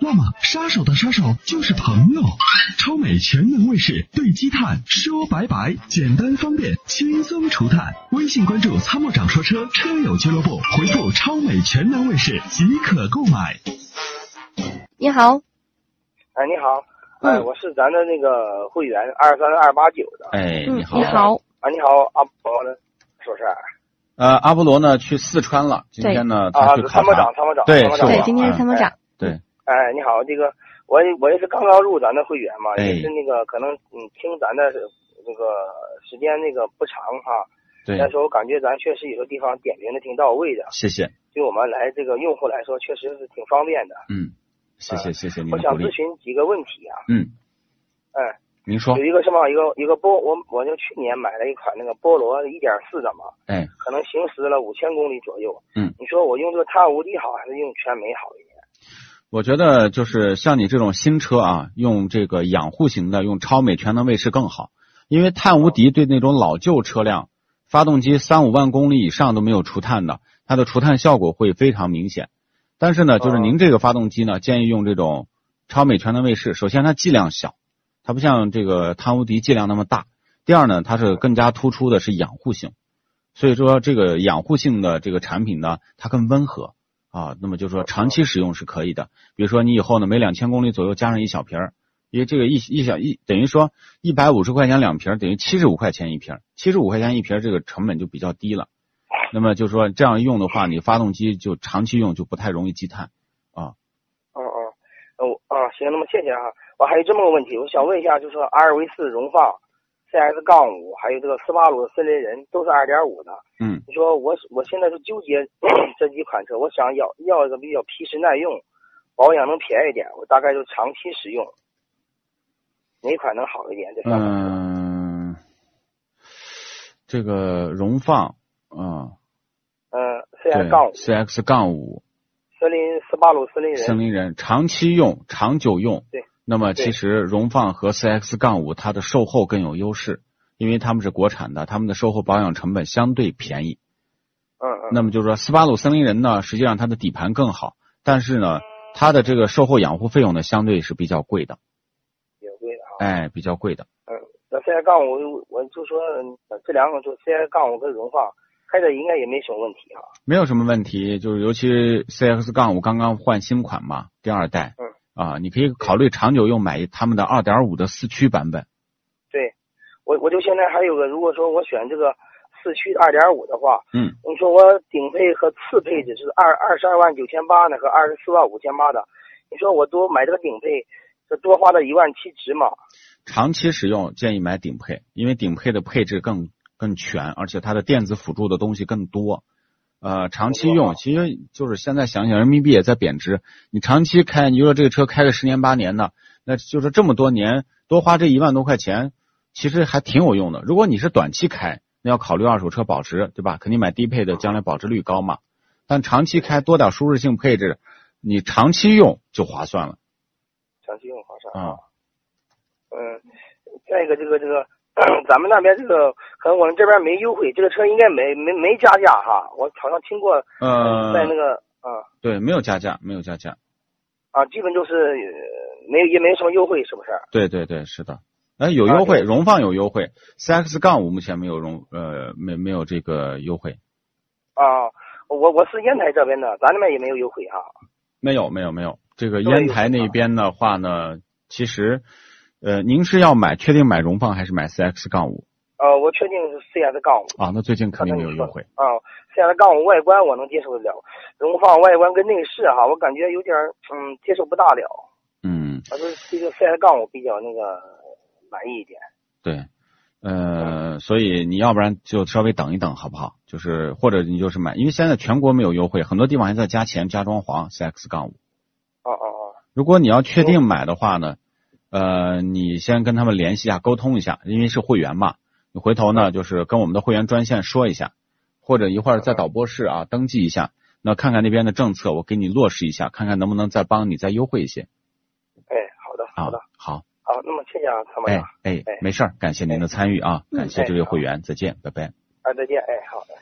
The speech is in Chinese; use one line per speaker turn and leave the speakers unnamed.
那么，杀手的杀手就是朋友。超美全能卫士对积碳说拜拜，简单方便，轻松除碳。微信关注“参谋长说车”车友俱乐部，回复“超美全能卫士”即可购买。
你好，
哎，你好，哎，
嗯
我是咱的那个会员二三二八九的。
哎，
嗯，
你好，
你好，
啊，你好，阿伯呢？说是
呃，阿波罗呢去四川了，今天呢
啊
他去，考
参谋
察
长，，参谋长，
对
参谋
是
长。
对
我，
今天是参谋长，
对，
哎，你好，这个我也我也是刚刚入咱的会员嘛，
哎
也是那个可能嗯听咱的那个时间那个不长哈，
对，
但是我感觉咱确实有的地方点评的挺到位的，
谢谢，
对我们来这个用户来说确实是挺方便的。
嗯，谢谢谢谢您
我
的鼓
想
励
咨，询几个问题啊，
嗯，
哎，
您说
有，一个什么一个一个波，我我就去年买了一款那个波罗一点四的嘛，
哎，
可能行驶了五千公里左右。
嗯，
你说我用这个碳无敌好还是用全美好一点？
我觉得就是像你这种新车啊，用这个养护型的，用超美全能卫士更好，因为碳无敌对那种老旧车辆，发动机三五万公里以上都没有除碳的，它的除碳效果会非常明显。但是呢，就是您这个发动机呢，建议用这种超美全能卫士。首先，它剂量小，它不像这个碳无敌剂量那么大。第二呢，它是更加突出的是养护性，所以说这个养护性的这个产品呢，它更温和啊。那么就是说长期使用是可以的。比如说你以后呢，每两千公里左右加上一小瓶儿，因为这个一一小一等于说一百五十块钱两瓶儿，等于七十五块钱一瓶儿，七十五块钱一瓶儿这个成本就比较低了。那么就是说这样用的话，你发动机就长期用就不太容易积碳。
嗯嗯，哦啊，行，那么谢谢啊。我还有这么个问题，我想问一下，就是说 RV 四荣放、CS 杠五，还有这个斯巴鲁的森林人都是二点五的。
嗯，
你说我我现在是纠结 这几款车，我想要要一个比较皮实耐用，保养能便宜点，我大概就长期使用。哪款能好一点？这三款车。
嗯，这个荣放啊，
嗯
对
，CS 杠五，
，CX 杠五，
森林斯巴鲁森林人。
森林人长期用、长久用，
对，
那么
对
其实荣放和 CX 杠五它的售后更有优势，因为他们是国产的，他们的售后保养成本相对便宜。
嗯嗯。
那么就是说，斯巴鲁森林人呢，实际上它的底盘更好，但是呢，它的这个售后养护费用呢，相对是比较贵的，
也贵啊。
哎，比较贵的。
那 CS 杠五，我就说呃这两个就 CS 杠五跟荣放开的应该也没什么问题啊。
没有什么问题，就是尤其 CX 杠五刚刚换新款嘛，第二代，
嗯
啊，你可以考虑长久用买他们的二点五的四驱版本，
对，我我就现在还有个，如果说我选这个四驱二点五的话，
嗯，
你说我顶配和次配置是二二十二万九千八呢和二十四万五千八的，你说我多买这个顶配，这多花了一万七值嘛？
长期使用建议买顶配，因为顶配的配置更更全，而且它的电子辅助的东西更多。呃，长期
啊
用，其实就是现在想想，人民币也在贬值。你长期开，你就说这个车开个十年八年的，那就是这么多年多花这一万多块钱，其实还挺有用的。如果你是短期开，那要考虑二手车保值，对吧？肯定买低配的，将来保值率高嘛。但长期开多点舒适性配置，你长期用就划算了
长期用划算。
啊。
嗯，再一个这个这个， 咱们那边这个可能我们这边没优惠，这个车应该没没没加价哈。我好像听过，
呃，
在那个啊
对，没有加价，没有加价。
啊，基本就是呃没有也没什么优惠，是不是？
对对对，是的。哎，有
啊
优惠，
对
荣放有优惠，CX 杠五目前没有荣呃没没有这个优惠，
啊，我我是烟台这边的，咱那边也没有优惠哈。
没有没有没有。这个
都没有
烟台那边的啊话呢，其实呃您是要买确定买荣放还是买 CX 杠五
呃，我确定是 CS 杠五。
啊？那最近肯定没有优惠。
啊，CS 杠五外观我能接受得了，荣放外观跟内饰哈，我感觉有点儿嗯接受不大了。啊
嗯，
我说这个 CS 杠五比较那个满意一点。
对，呃，所以你要不然就稍微等一等好不好？就是或者你就是买，因为现在全国没有优惠，很多地方还在加钱加装潢 CX 杠五。
哦哦哦，
如果你要确定买的话呢，呃，你先跟他们联系一下，沟通一下，因为是会员嘛。你
嗯嗯
回头呢，就是跟我们的会员专线说一下，或者一会儿在导播室啊登记一下，那看看那边的政策，我给你落实一下，看看能不能再帮你再优惠一些。
哎，好的，好的，
啊、好，
好，那么谢谢啊，参谋
哎
长，
哎
哎，
没事儿，感谢您的参与啊，
嗯
感谢这位会员，再见，拜拜。
啊，再见，哎，好的。